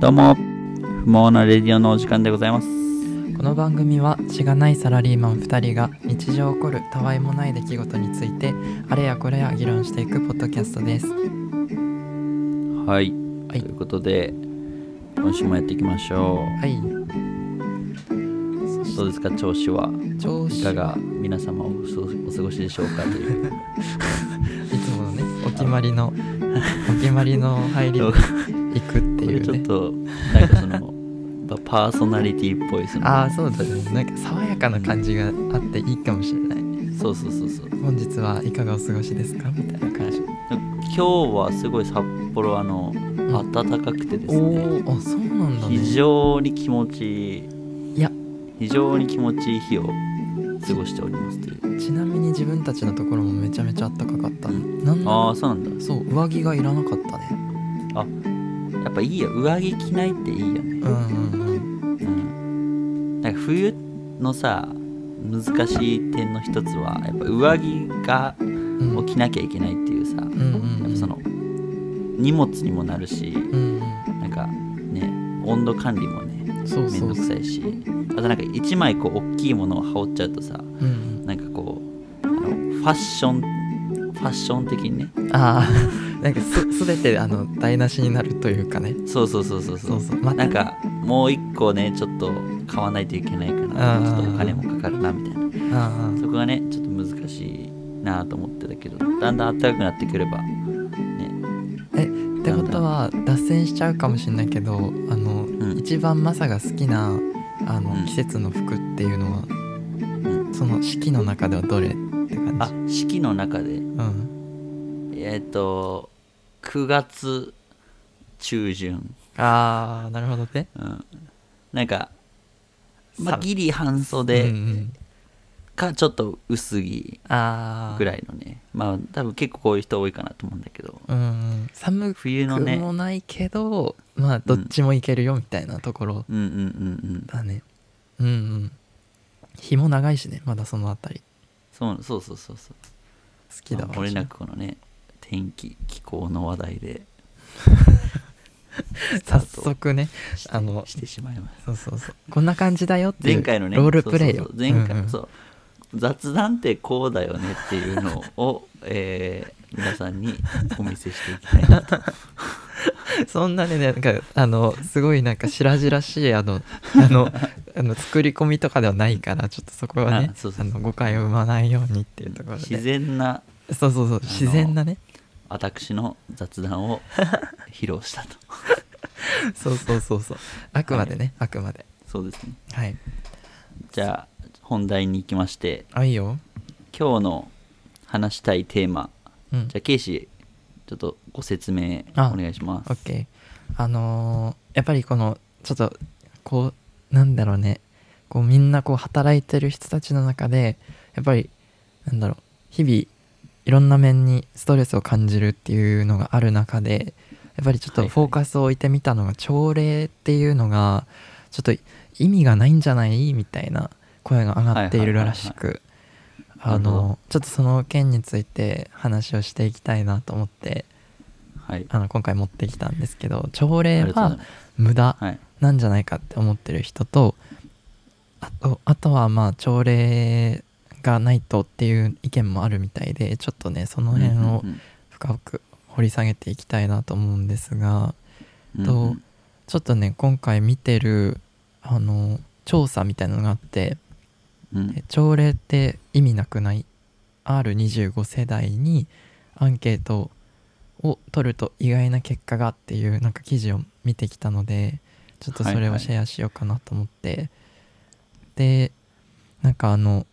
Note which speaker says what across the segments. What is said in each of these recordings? Speaker 1: どうも、不毛なレディオのお時間でございます。
Speaker 2: この番組はしがないサラリーマン2人が日常起こるたわいもない出来事についてあれやこれや議論していくポッドキャストです
Speaker 1: はい、
Speaker 2: はい
Speaker 1: ということで、今週もやっていきましょ
Speaker 2: はい、
Speaker 1: う。どうですか、調子は。
Speaker 2: 調
Speaker 1: い
Speaker 2: 子
Speaker 1: かが皆様お過ごお過ごしでしょ うかという。
Speaker 2: いつものねお決まりの お決まりの入りで
Speaker 1: そ
Speaker 2: 行
Speaker 1: う
Speaker 2: くって
Speaker 1: こ
Speaker 2: い
Speaker 1: れ
Speaker 2: う
Speaker 1: ちょっ
Speaker 2: ね
Speaker 1: と、なんかその、やっぱパーソナリティっぽいその
Speaker 2: ああそうだねなんか爽やかな感じがあっていいかもしれない
Speaker 1: そうそうそうそう。
Speaker 2: 本日はいかがお過ごしですかみたいな感じ、
Speaker 1: 今日はすごい札幌、あの、暖
Speaker 2: ん
Speaker 1: かくてですね、
Speaker 2: おおあそうなんだね
Speaker 1: 非常に気持ちいい、
Speaker 2: いや
Speaker 1: 非常に気持ちいい日を過ごしておりますという。
Speaker 2: ちなみに自分たちのところもめちゃめちゃ暖かかった、
Speaker 1: う
Speaker 2: なんな
Speaker 1: あ
Speaker 2: ら
Speaker 1: あ、そうなんだ。
Speaker 2: そう上着がいらなかったね
Speaker 1: やっぱいいよ上着着ないっていいよね
Speaker 2: うんうんう
Speaker 1: う
Speaker 2: ん
Speaker 1: んなんか冬のさ難しい点の一つはやっぱ上着が
Speaker 2: うん
Speaker 1: を着なきゃいけないっていうさ、
Speaker 2: うんうんうん
Speaker 1: やっぱその荷物にもなるし
Speaker 2: うん
Speaker 1: なんかね温度管理もね
Speaker 2: うんそう
Speaker 1: めん
Speaker 2: そ
Speaker 1: ど
Speaker 2: う
Speaker 1: く
Speaker 2: そう
Speaker 1: さいしあとなんか一枚こう大きいものを羽織っちゃうとさ
Speaker 2: うん
Speaker 1: なんかこうあのファッションファッション的にね
Speaker 2: うんああ なんかす全てあの台無しになるというかね
Speaker 1: そうそうそうそうそう
Speaker 2: そうそうまた
Speaker 1: なんかもう一個ねちょっと買わないといけないから
Speaker 2: あー
Speaker 1: ちょっとお金もかかるなみたいな
Speaker 2: あ
Speaker 1: そこがねちょっと難しいなと思ってたけどだんだん暖かくなってくればね
Speaker 2: あえってことは脱線しちゃうかもしれないけどあの、
Speaker 1: ん
Speaker 2: 一番マサが好きなあの、
Speaker 1: うん
Speaker 2: 季節の服っていうのは、
Speaker 1: ん
Speaker 2: その四季の中ではどれって感
Speaker 1: あ
Speaker 2: じ
Speaker 1: 四季の中で
Speaker 2: うん
Speaker 1: えっ、と9月中旬、
Speaker 2: ああなるほどね
Speaker 1: うん、なんか、まあ、
Speaker 2: さ
Speaker 1: ギリ半
Speaker 2: うんう
Speaker 1: 袖
Speaker 2: ん、
Speaker 1: かちょっと薄着
Speaker 2: ああ
Speaker 1: ぐ
Speaker 2: い
Speaker 1: らいのねまあ多分結構こういう人多いかなと思うんだけど
Speaker 2: うんうん寒く
Speaker 1: 冬のね
Speaker 2: もないけどまあどっちもいけるよみたいなところ、
Speaker 1: うんうんうんうん
Speaker 2: だねうんうん日も長いしねまだそのあたり
Speaker 1: そうそうそうそうそう
Speaker 2: 好きだわ
Speaker 1: あ漏れなくこのね天気気候の話題で
Speaker 2: 私は早速ね
Speaker 1: して
Speaker 2: あの
Speaker 1: してしまいます
Speaker 2: そうそうそうこんな感じだよっていう
Speaker 1: 前回のね
Speaker 2: ロールプレイ
Speaker 1: そうそ
Speaker 2: よ
Speaker 1: うそう前回、
Speaker 2: うんうん
Speaker 1: そう雑談ってこうだよねっていうのを、 えー皆さんにお見せしていきたいなと
Speaker 2: そんなねなんかあのすごいなんか白々しい あのあのあの作り込みとかではないからちょっとそこはね
Speaker 1: あそうそう
Speaker 2: あの誤解を生まないようにっていうところで
Speaker 1: 自然な
Speaker 2: そうそうそう
Speaker 1: の
Speaker 2: 自然なね
Speaker 1: 私の雑談を披露した と
Speaker 2: そうそうそうそうあくまでね、あくまで
Speaker 1: そうですね
Speaker 2: はい
Speaker 1: じゃあ本題に行きまして
Speaker 2: あいいよ、
Speaker 1: 今日の話したいテーマ
Speaker 2: うん、
Speaker 1: じゃあケイシーちょっとご説明
Speaker 2: あ
Speaker 1: お願いします
Speaker 2: OK あのーやっぱりこのちょっとこうなんだろうねこうみんなこう働いてる人たちの中でやっぱりなんだろう日々いろんな面にストレスを感じるっていうのがある中でやっぱりちょっ
Speaker 1: はいは
Speaker 2: と
Speaker 1: い
Speaker 2: フォーカスを置いてみたのが朝礼っていうのがちょっと意味がないんじゃないみたいな声が上がっているらしく
Speaker 1: はいは
Speaker 2: あ
Speaker 1: いなるほ
Speaker 2: のちょっとその件について話をしていきたいなと思って
Speaker 1: はい
Speaker 2: あの今回持ってきたんですけど朝
Speaker 1: あり
Speaker 2: 礼
Speaker 1: がとうござい
Speaker 2: は
Speaker 1: ます
Speaker 2: 無駄
Speaker 1: はい
Speaker 2: なんじゃないかって思ってる人とあとあとはまあ朝礼がないとっていう意見もあるみたいでちょっとねその辺を
Speaker 1: うん
Speaker 2: 深く掘り下げていきたいなと思うんですが
Speaker 1: うんうん
Speaker 2: と
Speaker 1: うんうん
Speaker 2: ちょっとね今回見てるあの調査みたいなのがあって
Speaker 1: うん
Speaker 2: え朝礼って意味なくない R25 世代にアンケートを取ると意外な結果がっていうなんか記事を見てきたのでちょっとそ
Speaker 1: はい
Speaker 2: れ
Speaker 1: は
Speaker 2: を
Speaker 1: い
Speaker 2: シェアしようかなと思って、でなんかあの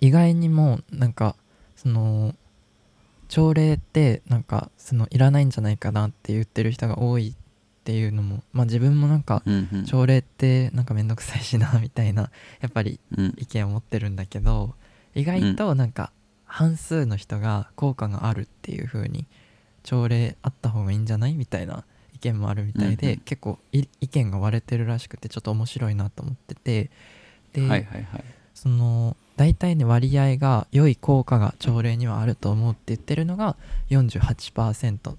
Speaker 2: 意外にもなんかその朝礼ってなんかそのいらないんじゃないかなって言ってる人が多いっていうのもまあ自分もなんか
Speaker 1: うんうん
Speaker 2: 朝礼ってなんかめんどくさいしなみたいなやっぱり
Speaker 1: うん
Speaker 2: 意見を持ってるんだけど意外となんか半数の人が効果があるっていう風に朝礼あった方がいいんじゃないみたいな意見もあるみたいで、
Speaker 1: うんうん
Speaker 2: 結構い意見が割れてるらしくてちょっと面白いなと思っててで、
Speaker 1: はいはいはい
Speaker 2: その大体ね割合が良い効果が朝礼にはあると思うって言ってるのが48%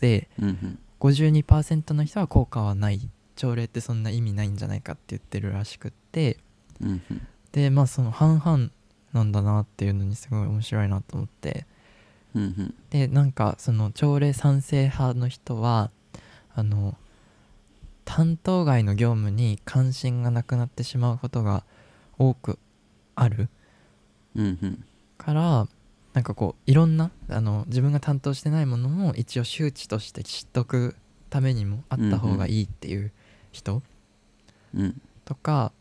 Speaker 2: で
Speaker 1: うんうん
Speaker 2: こ52%の人は効果はない朝礼ってそんな意味ないんじゃないかって言ってるらしくって
Speaker 1: うんうん
Speaker 2: でまあその半々なんだなっていうのにすごい面白いなと思って
Speaker 1: うんうん
Speaker 2: でなんかその朝礼賛成派の人はあの担当外の業務に関心がなくなってしまうことが多くある
Speaker 1: うんうん
Speaker 2: からなんかこういろんなあの自分が担当してないものも一応周知として知っとくためにもあった方がいいっていう人
Speaker 1: うん
Speaker 2: とか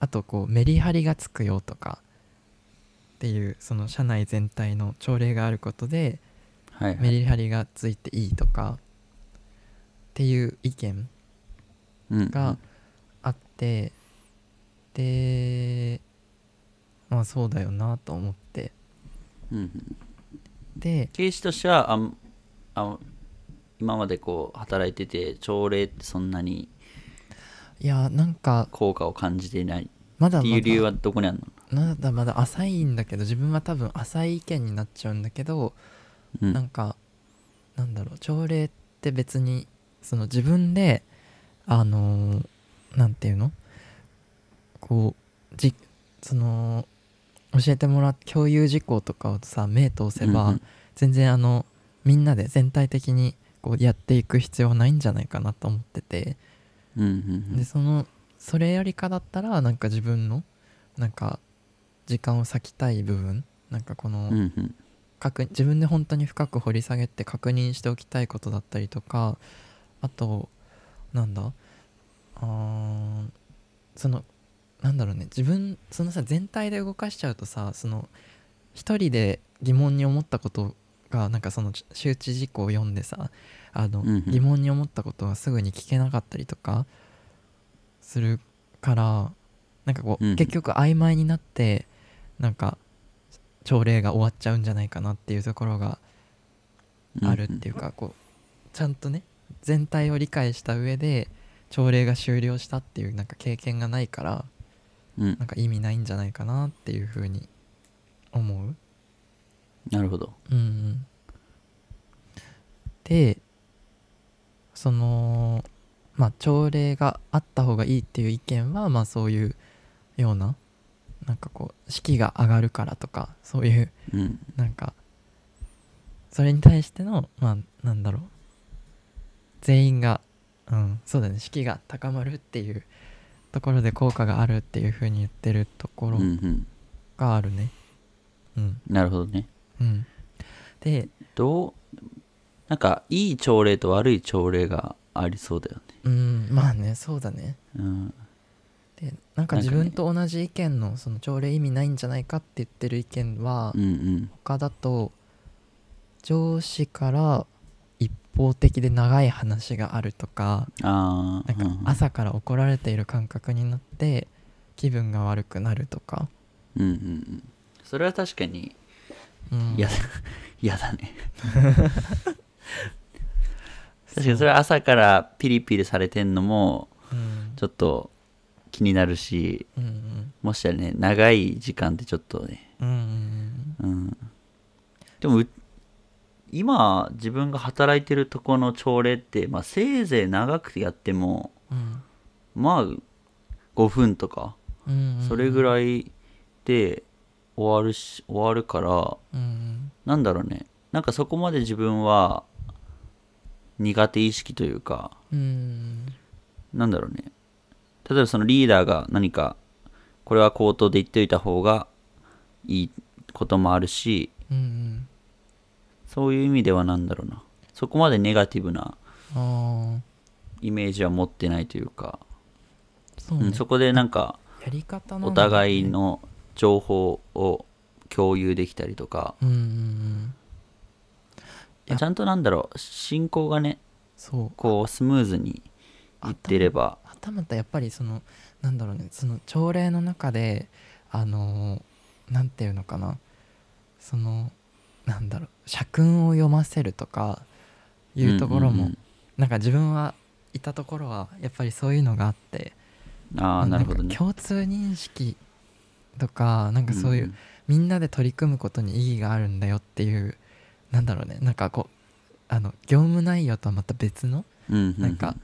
Speaker 2: あとこうメリハリがつくよとかっていうその社内全体の朝礼があることで
Speaker 1: はいは
Speaker 2: メ
Speaker 1: い
Speaker 2: リハリがついていいとかっていう意見
Speaker 1: うん
Speaker 2: があってでまあそうだよなと思って
Speaker 1: うんうん
Speaker 2: で
Speaker 1: 経営士としてはあんあん今までこう働いてて朝礼ってそんなに
Speaker 2: いやなんか
Speaker 1: 効果を感じていない
Speaker 2: まだ
Speaker 1: って
Speaker 2: ま
Speaker 1: いう理由
Speaker 2: だ
Speaker 1: はどこにあるの
Speaker 2: まだまだ浅いんだけど自分は多分浅い意見になっちゃうんだけど
Speaker 1: うん
Speaker 2: なんかなんだろう朝礼って別にその自分であのーなんていうのこうじその教えてもらっ共有事項とかをさ目通せば、
Speaker 1: うんうん
Speaker 2: 全然あのみんなで全体的にこうやっていく必要はないんじゃないかなと思ってて、
Speaker 1: うんうん
Speaker 2: でそのそれよりかだったらなんか自分のなんか時間を割きたい部分なんかこ
Speaker 1: う
Speaker 2: の、
Speaker 1: んうんうん
Speaker 2: 確自分で本当に深く掘り下げて確認しておきたいことだったりとかあとなんだあーそのなんだろうね自分そのさ全体で動かしちゃうとさその一人で疑問に思ったことがなんかそのち周知事項を読んでさあの、
Speaker 1: うんうん
Speaker 2: 疑問に思ったことがすぐに聞けなかったりとかするからなんかこう、
Speaker 1: うんうん
Speaker 2: 結局曖昧になってなんか朝礼が終わっちゃうんじゃないかなっていうところがあるっていうか、こうちゃんとね全体を理解した上で朝礼が終了したっていうなんか経験がないから
Speaker 1: うん
Speaker 2: なんか意味ないんじゃないかなっていうふうに思う。
Speaker 1: なるほど
Speaker 2: うんうん、でそのまあ朝礼があった方がいいっていう意見はまあそういうようななんかこう士気が上がるからとかそういう
Speaker 1: うん
Speaker 2: なんかそれに対してのまあなんだろう全員がうんそうだね士気が高まるっていうところで効果があるっていうふうに言ってるとこ
Speaker 1: うん
Speaker 2: ろ
Speaker 1: うん
Speaker 2: があるねうん
Speaker 1: なるほどね
Speaker 2: うんで
Speaker 1: どうなんかいい朝礼と悪い朝礼がありそうだよね
Speaker 2: うんまあねそうだね
Speaker 1: うん
Speaker 2: で
Speaker 1: な
Speaker 2: なんか
Speaker 1: んかね
Speaker 2: 自分と同じ意見のその朝礼意味ないんじゃないかって言ってる意見は
Speaker 1: うんうん
Speaker 2: 他だと上司から一方的で長い話があるとか
Speaker 1: ああ
Speaker 2: なんか
Speaker 1: う
Speaker 2: 朝から怒られている感覚になって気分が悪くなるとか、
Speaker 1: うんうんうんそれは確かに
Speaker 2: うん、
Speaker 1: 嫌だ 嫌だね確かにそれは朝からピリピリされてんのも
Speaker 2: うん
Speaker 1: ちょっと気になるし
Speaker 2: うんうん
Speaker 1: もしかしたらね長い時間ってちょっとね
Speaker 2: うんうん
Speaker 1: うんでもう今自分が働いてるとこの朝礼って、まあ、せいぜい長くやっても
Speaker 2: うん
Speaker 1: まあ5分とか
Speaker 2: うんうん
Speaker 1: それぐらいで終わるし終わるから
Speaker 2: うん
Speaker 1: なんだろうねなんかそこまで自分は苦手意識というか
Speaker 2: うんうん
Speaker 1: なんだろうね例えばそのリーダーが何かこれは口頭で言っておいた方がいいこともあるし
Speaker 2: うんうん
Speaker 1: そういう意味ではなんだろうなそこまでネガティブな
Speaker 2: ああ
Speaker 1: イメージは持ってないというか、
Speaker 2: そう
Speaker 1: う
Speaker 2: ね
Speaker 1: ん、そこでなんか
Speaker 2: やり方の
Speaker 1: お互いの情報を共有できたりとか
Speaker 2: うんうんうんいや
Speaker 1: ちゃんとなんだろう進行がね
Speaker 2: そう
Speaker 1: こうスムーズにいってれば
Speaker 2: はたまたやっぱりそのなんだろうねその朝礼の中であのーなんていうのかなそのなんだろう社訓を読ませるとかいうところ
Speaker 1: ん
Speaker 2: も、
Speaker 1: ん
Speaker 2: なんか自分はいたところはやっぱりそういうのがあって
Speaker 1: うんああな
Speaker 2: な
Speaker 1: る
Speaker 2: ん
Speaker 1: ほ
Speaker 2: か
Speaker 1: どね
Speaker 2: 共通認識とかなんかそういう、
Speaker 1: んん
Speaker 2: みんなで取り組むことに意義があるんだよっていうなんだろうねなんかこうあの業務内容とはまた別の
Speaker 1: うんう
Speaker 2: なんか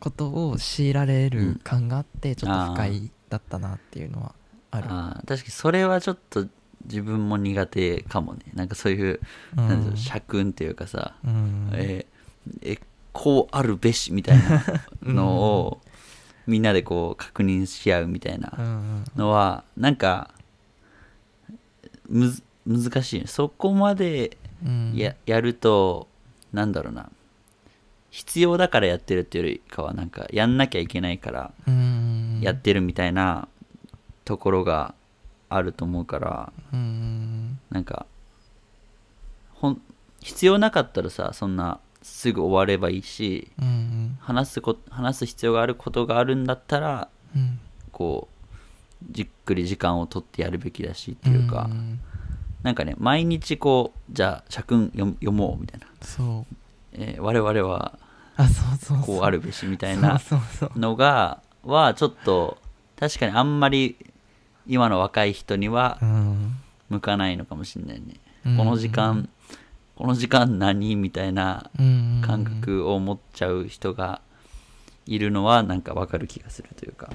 Speaker 2: ことを強いられる感があってちょっと不
Speaker 1: あ
Speaker 2: 快だったなっていうのはある。
Speaker 1: あー確かにそれはちょっと自分も苦手かもねなんかそういう、
Speaker 2: うん
Speaker 1: なんでしょう社訓っていうかさ、
Speaker 2: うん
Speaker 1: えーえこうあるべしみたいなの を、みんなでこう確認し合うみたい
Speaker 2: うんう
Speaker 1: なんのはなんかむず難しいねそこまで
Speaker 2: うん
Speaker 1: ややるとなんだろうな必要だからやってるっていうよりかはなんかやんなきゃいけないから
Speaker 2: うん
Speaker 1: やってるみたいなところがあると思うから
Speaker 2: うん
Speaker 1: なんかほん必要なかったらさそんなすぐ終わればいいし
Speaker 2: うんうん
Speaker 1: 話すこ話す必要があることがあるんだったら
Speaker 2: うん
Speaker 1: こうじっくり時間を取ってやるべきだしっていうか、
Speaker 2: ん
Speaker 1: なんかね毎日こうじゃあ社訓読読もうみたいな、
Speaker 2: そう
Speaker 1: えー我々は
Speaker 2: あそうそう
Speaker 1: こうあるべしみ
Speaker 2: み
Speaker 1: たいな
Speaker 2: そうそうそう
Speaker 1: のがはちょっと確かにあんまり今の若い人には
Speaker 2: うん
Speaker 1: 向かないのかもしれないね、
Speaker 2: うん
Speaker 1: この時間この時間何みたいな
Speaker 2: うん
Speaker 1: 感覚を持っちゃう人がいるのはなんかわかる気がするというか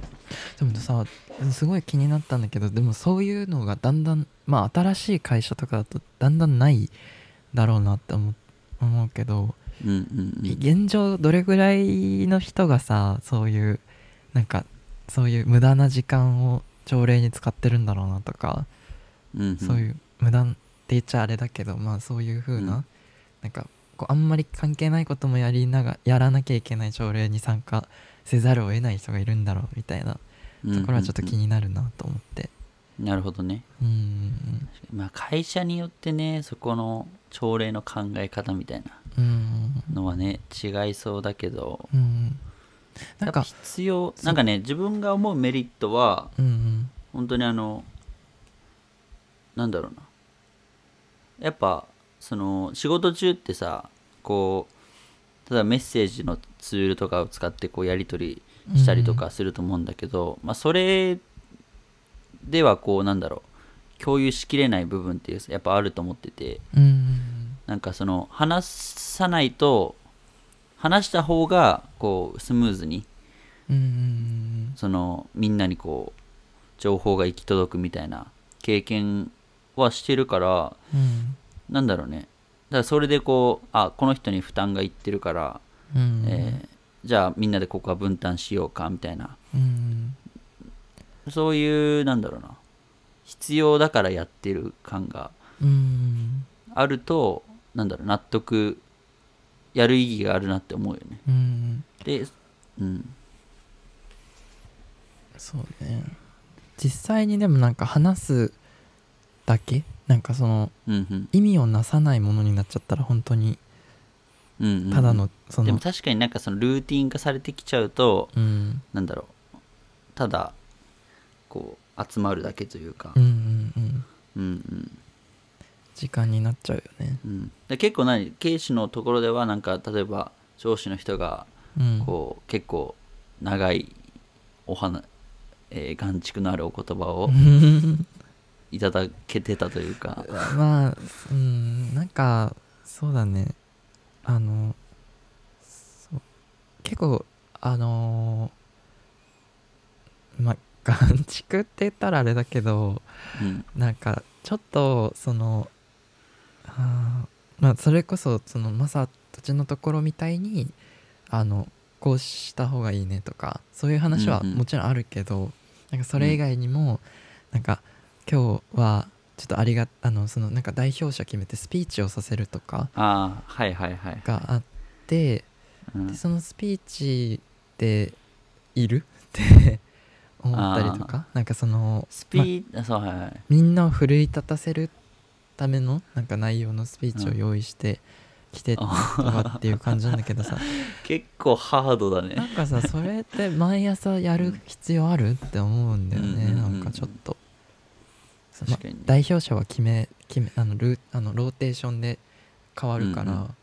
Speaker 2: でもさすごい気になったんだけどでもそういうのがだんだんまあ新しい会社とかだとだんだんないだろうなって思思うけど、
Speaker 1: うんうんうん
Speaker 2: 現状どれぐらいの人がさそういうなんかそういう無駄な時間を朝礼に使ってるんだろうなとか、
Speaker 1: うんうん
Speaker 2: そういう無駄って言っちゃあれだけどまあそういう風な、
Speaker 1: うん
Speaker 2: なんかこうあんまり関係ないこともやりながやらなきゃいけない朝礼に参加せざるを得ない人がいるんだろうみたいな
Speaker 1: うんうんうん
Speaker 2: ところはちょっと気になるなと思って
Speaker 1: なるほどね、
Speaker 2: うんうん
Speaker 1: まあ、会社によってねそこの朝礼の考え方みたいな
Speaker 2: うん
Speaker 1: のはね違いそうだけど
Speaker 2: うんうんなん
Speaker 1: やっぱ
Speaker 2: か
Speaker 1: 必要
Speaker 2: そう
Speaker 1: なんかね自分が思うメリットは
Speaker 2: うんうん
Speaker 1: 本当にあのなんだろうなやっぱその仕事中ってさこうただメッセージのツールとかを使ってこうやり取りしたりとかすると思うんだけど、まあ、それではこうなんだろう共有しきれない部分っていうやっぱあると思ってて
Speaker 2: うんうん
Speaker 1: なんかその話さないと話した方がこうスムーズに
Speaker 2: うんうん
Speaker 1: そのみんなにこう情報が行き届くみたいな経験はしてるから
Speaker 2: うん
Speaker 1: なんだろうねだからそれでこうあこの人に負担がいってるから、
Speaker 2: うん
Speaker 1: えーじゃあみんなでここは分担しようかみたいな
Speaker 2: うん
Speaker 1: そういうなんだろうな必要だからやってる感が
Speaker 2: うん
Speaker 1: あるとなんだろう納得やる意義があるなって思うよね
Speaker 2: うん
Speaker 1: でうん
Speaker 2: そうね実際にでもなんか話すだけなんかその
Speaker 1: うんうん
Speaker 2: 意味をなさないものになっちゃったら本当に
Speaker 1: うんうん
Speaker 2: ただのそ
Speaker 1: でも
Speaker 2: の
Speaker 1: 確かになんかそのルーティン化されてきちゃうと
Speaker 2: うん
Speaker 1: なんだろうただこう集まるだけというか、
Speaker 2: うんうんう
Speaker 1: う
Speaker 2: ん
Speaker 1: ん
Speaker 2: 時間になっちゃうよね
Speaker 1: うんうんで結構何警視のところではなんか例えば上司の人が
Speaker 2: うん
Speaker 1: こう、結構長いお花えー、眼蓄のあるお言葉をいただけてたというか
Speaker 2: まあうんなんかそうだねあのそう結構あのまあ 眼畜って言ったらあれだけど
Speaker 1: うん
Speaker 2: なんかちょっとそのあーまあそれこそそのマサたちのところみたいにあのこうした方がいいねとかそういう話は
Speaker 1: うんうん
Speaker 2: もちろんあるけど、なんかそれ以外にも、なんか今日はちょっとありがあのそのなんか代表者決めてスピーチをさせるとか
Speaker 1: ああはいはいはい、
Speaker 2: があって
Speaker 1: うん
Speaker 2: でそのスピーチでいるって思ったりとかなんかその
Speaker 1: スピード、そうはいはい
Speaker 2: みんなを奮い立たせるためのなんか内容のスピーチを用意してきてとかっていう感じなんだけどさ
Speaker 1: 結構ハードだ
Speaker 2: なん
Speaker 1: ね
Speaker 2: かさそれって毎朝やる必要あるって思うんだよね、
Speaker 1: うんうんうん
Speaker 2: な
Speaker 1: うん
Speaker 2: んかちょっと、ま
Speaker 1: 確かにね
Speaker 2: 代表者は決め決めあのルーあのローテーションで変わるから、
Speaker 1: うんうん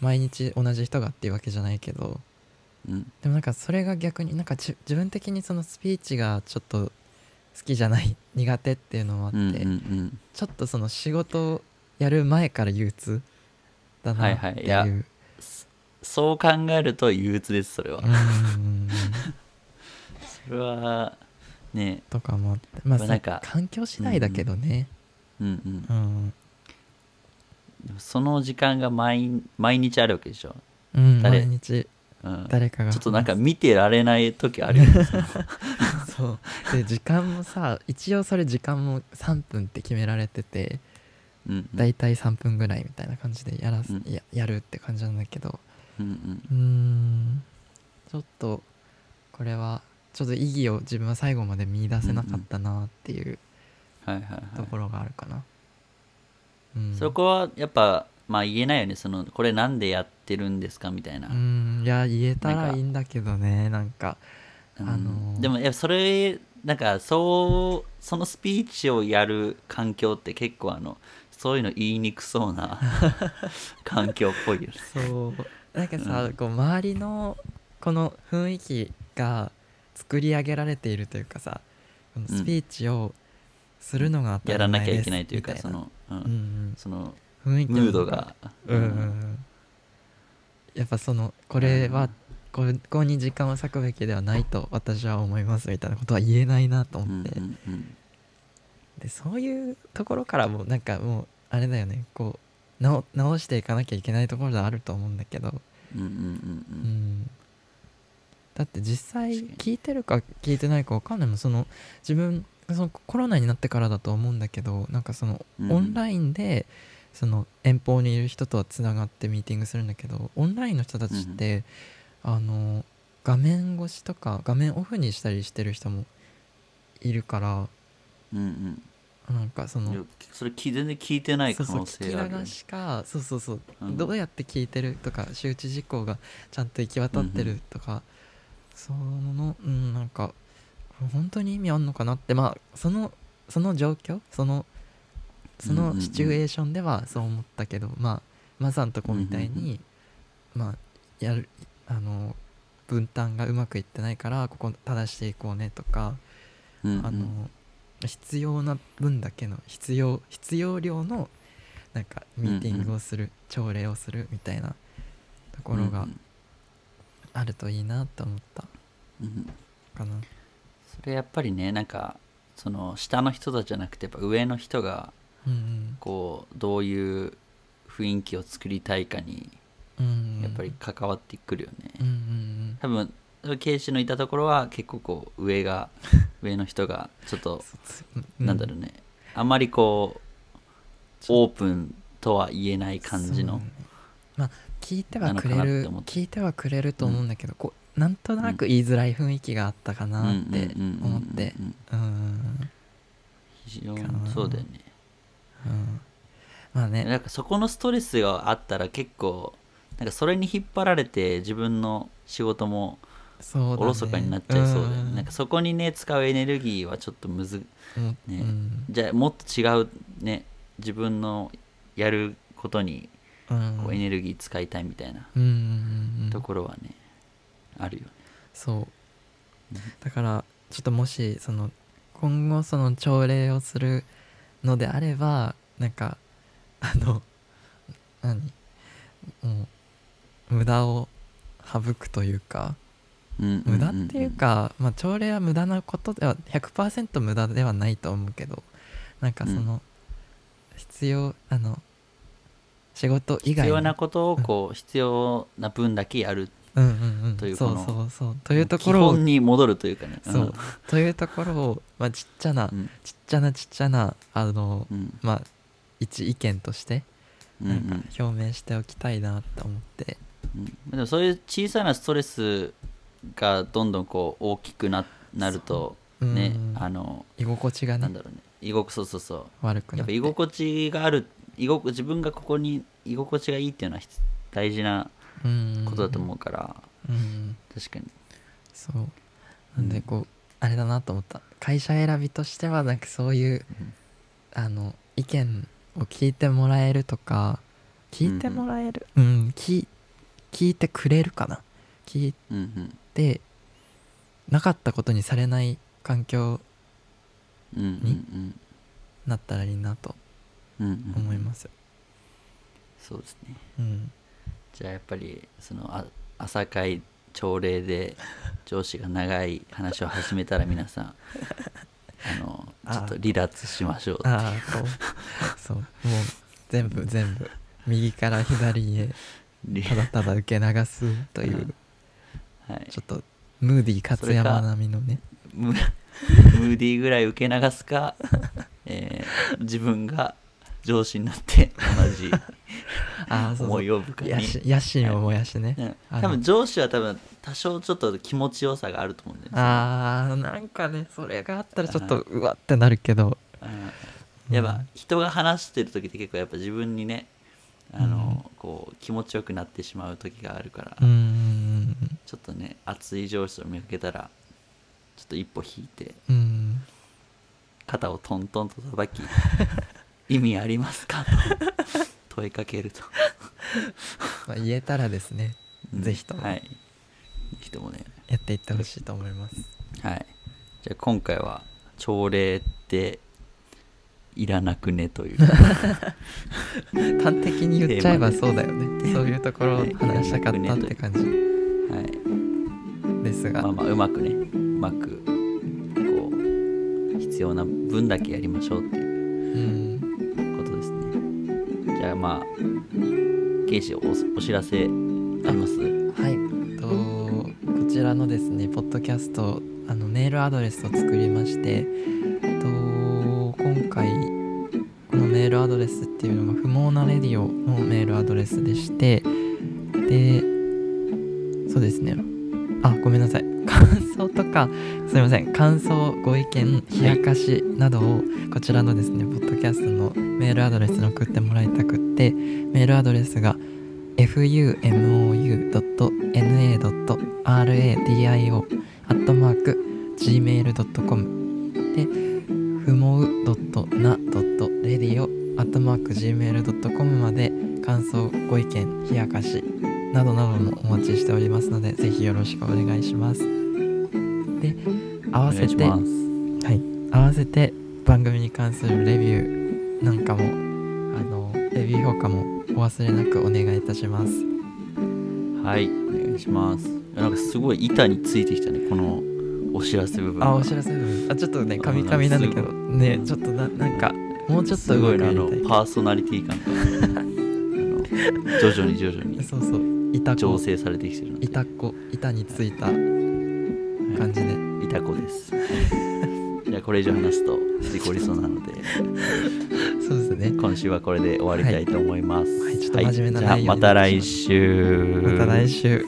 Speaker 2: 毎日同じ人がっていうわけじゃないけど
Speaker 1: うん
Speaker 2: でもなんかそれが逆になんかじ自分的にそのスピーチがちょっと好きじゃない苦手っていうのもあっ
Speaker 1: う
Speaker 2: て、
Speaker 1: んうんうん
Speaker 2: ちょっとその仕事をやる前から憂鬱だな
Speaker 1: はい
Speaker 2: っ
Speaker 1: はい
Speaker 2: ていう、
Speaker 1: いやそう考えると憂鬱ですそれは、
Speaker 2: うーん
Speaker 1: それはね
Speaker 2: とかもあって
Speaker 1: ま
Speaker 2: まあ
Speaker 1: あ
Speaker 2: さ
Speaker 1: なんか
Speaker 2: 環境次第だけどね
Speaker 1: うんうん
Speaker 2: うん、
Speaker 1: でもその時間が毎毎日あるわけでしょ、
Speaker 2: うん、
Speaker 1: 誰
Speaker 2: 毎日
Speaker 1: うん、ち
Speaker 2: 誰かが
Speaker 1: ょっとなんか見てられない時あるよね
Speaker 2: そうで時間もさ一応それ時間も3分って決められてて
Speaker 1: うんうん
Speaker 2: 大体3分ぐらいみたいな感じでやらす、
Speaker 1: うん
Speaker 2: ややるって感じなんだけど
Speaker 1: うんうん
Speaker 2: うーんちょっとこれはちょっと意義を自分は最後まで見出せなかったなっていう
Speaker 1: はいはい
Speaker 2: と
Speaker 1: は
Speaker 2: ころがあるかな、うん
Speaker 1: いそこはやっぱまあ言えないよねそのこれなんでやってるんですかみたいな、
Speaker 2: うんいや言えた
Speaker 1: なん
Speaker 2: ら
Speaker 1: か
Speaker 2: いいんだけどねなんか
Speaker 1: うん
Speaker 2: あのー
Speaker 1: でもいやそれなんかそうそのスピーチをやる環境って結構あのそういうの言いにくそうな 環境っぽいよね
Speaker 2: そうなんかさ、
Speaker 1: うん
Speaker 2: こう周りのこの雰囲気が作り上げられているというかさこのスピーチをするのが当た
Speaker 1: やら
Speaker 2: り
Speaker 1: な
Speaker 2: 前
Speaker 1: き
Speaker 2: です
Speaker 1: ゃいけないというか
Speaker 2: みた
Speaker 1: その、うん
Speaker 2: うん
Speaker 1: その
Speaker 2: うん、雰囲気
Speaker 1: ムードが、
Speaker 2: うんうんうんやっぱそのこれはここに時間を割くべきではないと私は思いますみたいなことは言えないなと
Speaker 1: うん
Speaker 2: 思って、
Speaker 1: うんうん
Speaker 2: でそういうところからもなんかもうあれだよねこう直直していかなきゃいけないところではあると思うんだけど、
Speaker 1: うんうんう
Speaker 2: うんん、だって実際
Speaker 1: 確かに
Speaker 2: 聞いてるか聞いてないかわかんないもんその自分そのコロナになってからだと思うんだけどなんかその
Speaker 1: うん
Speaker 2: オンラインで、その遠方にいる人とはつながってミーティングするんだけどオンラインの人たちって、あの画面越しとか画面オフにしたりしてる人もいるから
Speaker 1: うんうん
Speaker 2: なんかそ
Speaker 1: うん
Speaker 2: の
Speaker 1: いやそれ聞全然聞いてない可能性あるよ
Speaker 2: そうそう聞
Speaker 1: ね
Speaker 2: き流しかそうそうそう、
Speaker 1: うん
Speaker 2: どうやって聞いてるとか周知事項がちゃんと行き渡ってるとか、そのうんなんか本当に意味あんのかなってまあそのその状況そのそ
Speaker 1: うんうんう
Speaker 2: の
Speaker 1: ん
Speaker 2: シチュエーションではそう思ったけど、まあマサんとこみたいに、
Speaker 1: うんうん
Speaker 2: まあやるあの分担がうまくいってないからここ正していこうねとか、
Speaker 1: うんうん
Speaker 2: あの必要な分だけの必要必要量のなんかミーティングをする、朝礼をするみたいなところ
Speaker 1: う
Speaker 2: が
Speaker 1: ん
Speaker 2: あるといいなと思った
Speaker 1: うんうん
Speaker 2: かな。
Speaker 1: それやっぱりねなんかその下の人たちじゃなくてやっぱ上の人が
Speaker 2: うん
Speaker 1: こうどういう雰囲気を作りたいかに
Speaker 2: うんうんうん
Speaker 1: やっぱり関わってくるよね、
Speaker 2: うんうん
Speaker 1: 多分ケイシのいたところは結構こう上が上の人がちょっと
Speaker 2: うん
Speaker 1: なんだろうね、あんまりこうオープンとは言えない感じ
Speaker 2: そう
Speaker 1: の
Speaker 2: ねまあ聞いてはく
Speaker 1: な
Speaker 2: れ
Speaker 1: のかなっ
Speaker 2: る
Speaker 1: て思った
Speaker 2: 聞いてはくれると思うんだけど、こうなんとなく言いづらい雰囲気があったかなって思って
Speaker 1: うんうんうんうんうん
Speaker 2: うんうん
Speaker 1: 非常
Speaker 2: かな
Speaker 1: にそうだよね
Speaker 2: うんまあね
Speaker 1: なんかそこのストレスがあったら結構なんかそれに引っ張られて自分の仕事も
Speaker 2: そうだね
Speaker 1: おろそかになっちゃいそうだよね
Speaker 2: ん
Speaker 1: なんかそこにね使うエネルギーはちょっとむず
Speaker 2: うん
Speaker 1: ね
Speaker 2: うん
Speaker 1: じゃあもっと違うね自分のやることに
Speaker 2: うん
Speaker 1: こうエネルギー使いたいみたいな
Speaker 2: うんうんうんう
Speaker 1: と
Speaker 2: ん
Speaker 1: ころはね、あるよね
Speaker 2: そう
Speaker 1: うん
Speaker 2: だからちょっともしその今後その朝礼をするのであればなんかあの何もう無駄を省くというか
Speaker 1: うん
Speaker 2: 無駄っていうか、まあ、朝礼は無駄なことでは100%無駄ではないと思うけどなんかその、必要あの仕事以
Speaker 1: 必
Speaker 2: 外
Speaker 1: 要
Speaker 2: の
Speaker 1: なことをこう必要な分だけやる
Speaker 2: うんうんうん
Speaker 1: という
Speaker 2: そ
Speaker 1: こ
Speaker 2: う
Speaker 1: の
Speaker 2: そうそうというところ
Speaker 1: 基
Speaker 2: を
Speaker 1: 本に戻るというかね
Speaker 2: そうというところを、まあ、ちっちゃな、
Speaker 1: うん
Speaker 2: ちっちゃなちっちゃなあの、
Speaker 1: うん
Speaker 2: まあ一意見として
Speaker 1: うんう
Speaker 2: なんか
Speaker 1: ん
Speaker 2: 表明しておきたいなと思って、
Speaker 1: うんでもそういう小さなストレスがどんどんこう大きくななると
Speaker 2: うん
Speaker 1: ねあの
Speaker 2: 居心地がね
Speaker 1: なんだろうね居心地そうそうそう
Speaker 2: 悪く
Speaker 1: や
Speaker 2: な
Speaker 1: っぱ
Speaker 2: って
Speaker 1: 居心地がある居心自分がここに居心地がいいっていうのは必大事なことだと思うから、
Speaker 2: うん、うん、
Speaker 1: 確かに
Speaker 2: そうなんでこう、あれだなと思った会社選びとしてはなんかそういう、
Speaker 1: うん
Speaker 2: あの意見を聞いてもらえるとか聞いてもらえるうん、聞聞いてくれるかな聞い
Speaker 1: うんうん
Speaker 2: でなかったことにされない環境
Speaker 1: うんうん
Speaker 2: になったらいいなと
Speaker 1: うんうんうん
Speaker 2: 思います
Speaker 1: そうですね
Speaker 2: うん
Speaker 1: じゃあやっぱりそのあ朝会朝礼で上司が長い話を始めたら皆 さんあの
Speaker 2: あ
Speaker 1: ちょっと離脱しましょう って
Speaker 2: ああこうそうもう全部全部右から左へ
Speaker 1: いう
Speaker 2: ただただ受け流すという
Speaker 1: はい
Speaker 2: ちょっとムーディー勝山並みのね
Speaker 1: ムムーディーぐらい受け流す か、えー自分が上司になって同 じ
Speaker 2: ああそうそ
Speaker 1: 思
Speaker 2: う
Speaker 1: いを部下に
Speaker 2: 野心野心を燃やしてね、
Speaker 1: うん
Speaker 2: あの
Speaker 1: 多分上司は多分多少ちょっと気持ちよさがあると思うんだよね
Speaker 2: あーなんかねそれがあったらちょっとうわってなるけど
Speaker 1: うんやっぱ人が話してる時って結構やっぱ自分にねあの、こう気持ちよくなってしまう時があるから、
Speaker 2: うーん
Speaker 1: ちょっとね熱い上司を見かけたらちょっと一歩引いて
Speaker 2: うーん
Speaker 1: 肩をトントンと叩 き意味ありますかと問いかけると、
Speaker 2: まあ言えたらですね
Speaker 1: うん
Speaker 2: ぜひとも
Speaker 1: はいぜひともね
Speaker 2: やっていってほしいと思います
Speaker 1: はいじゃあ今回は朝礼っていらなくねと いう
Speaker 2: 端的に言っちゃえばそうだよねそういうところを
Speaker 1: ね
Speaker 2: 話したかったって感じ
Speaker 1: はい
Speaker 2: ですが
Speaker 1: まあまあうまくねうまくこう必要な分だけやりましょうっていう
Speaker 2: うん
Speaker 1: ことですねじゃあまあケイシおお知らせあります
Speaker 2: はいとこちらのですねポッドキャストあのメールアドレスを作りましてと今回このメールアドレスっていうのが不毛なレディオのメールアドレスでしてでそうですねあごめんなさい感想とかすいません感想ご意見冷やかしなどをこちらのですねポッドキャストのメールアドレスに送ってもらいたくってメールアドレスが fumou.na.radio.gmail.com で fumou.na.radio.gmail.com まで感想ご意見冷やかしなどなどもお待ちしておりますのでぜひよろしくお願いしますで合
Speaker 1: お
Speaker 2: わ
Speaker 1: 願
Speaker 2: せ
Speaker 1: いしてます
Speaker 2: はい、合わせて番組に関するレビューなんかもあのレビュー評価もお忘れなくお願いいたします
Speaker 1: はいお願いしますなんかすごい板についてきたねこのお知らせ部分
Speaker 2: あお知らせ文あちょっとね
Speaker 1: あ
Speaker 2: カミカミなんだけ
Speaker 1: な
Speaker 2: ど
Speaker 1: ん
Speaker 2: ねちょっとななんかもうちょっと
Speaker 1: すご
Speaker 2: 動
Speaker 1: い
Speaker 2: く
Speaker 1: な
Speaker 2: や
Speaker 1: あ
Speaker 2: り
Speaker 1: の
Speaker 2: たい
Speaker 1: パーソナリティ感があの徐々に徐々に
Speaker 2: そうそう板
Speaker 1: 調
Speaker 2: 子
Speaker 1: 整されてきてるので
Speaker 2: 板子板についた
Speaker 1: はい
Speaker 2: 感じで
Speaker 1: いた子です。じゃあこれ以上話すと事故りそうなので、
Speaker 2: そうですね
Speaker 1: 今週はこれで終わりたいと思います。
Speaker 2: はいはいちょっと真面目な内容
Speaker 1: じゃあまた来週。
Speaker 2: また来週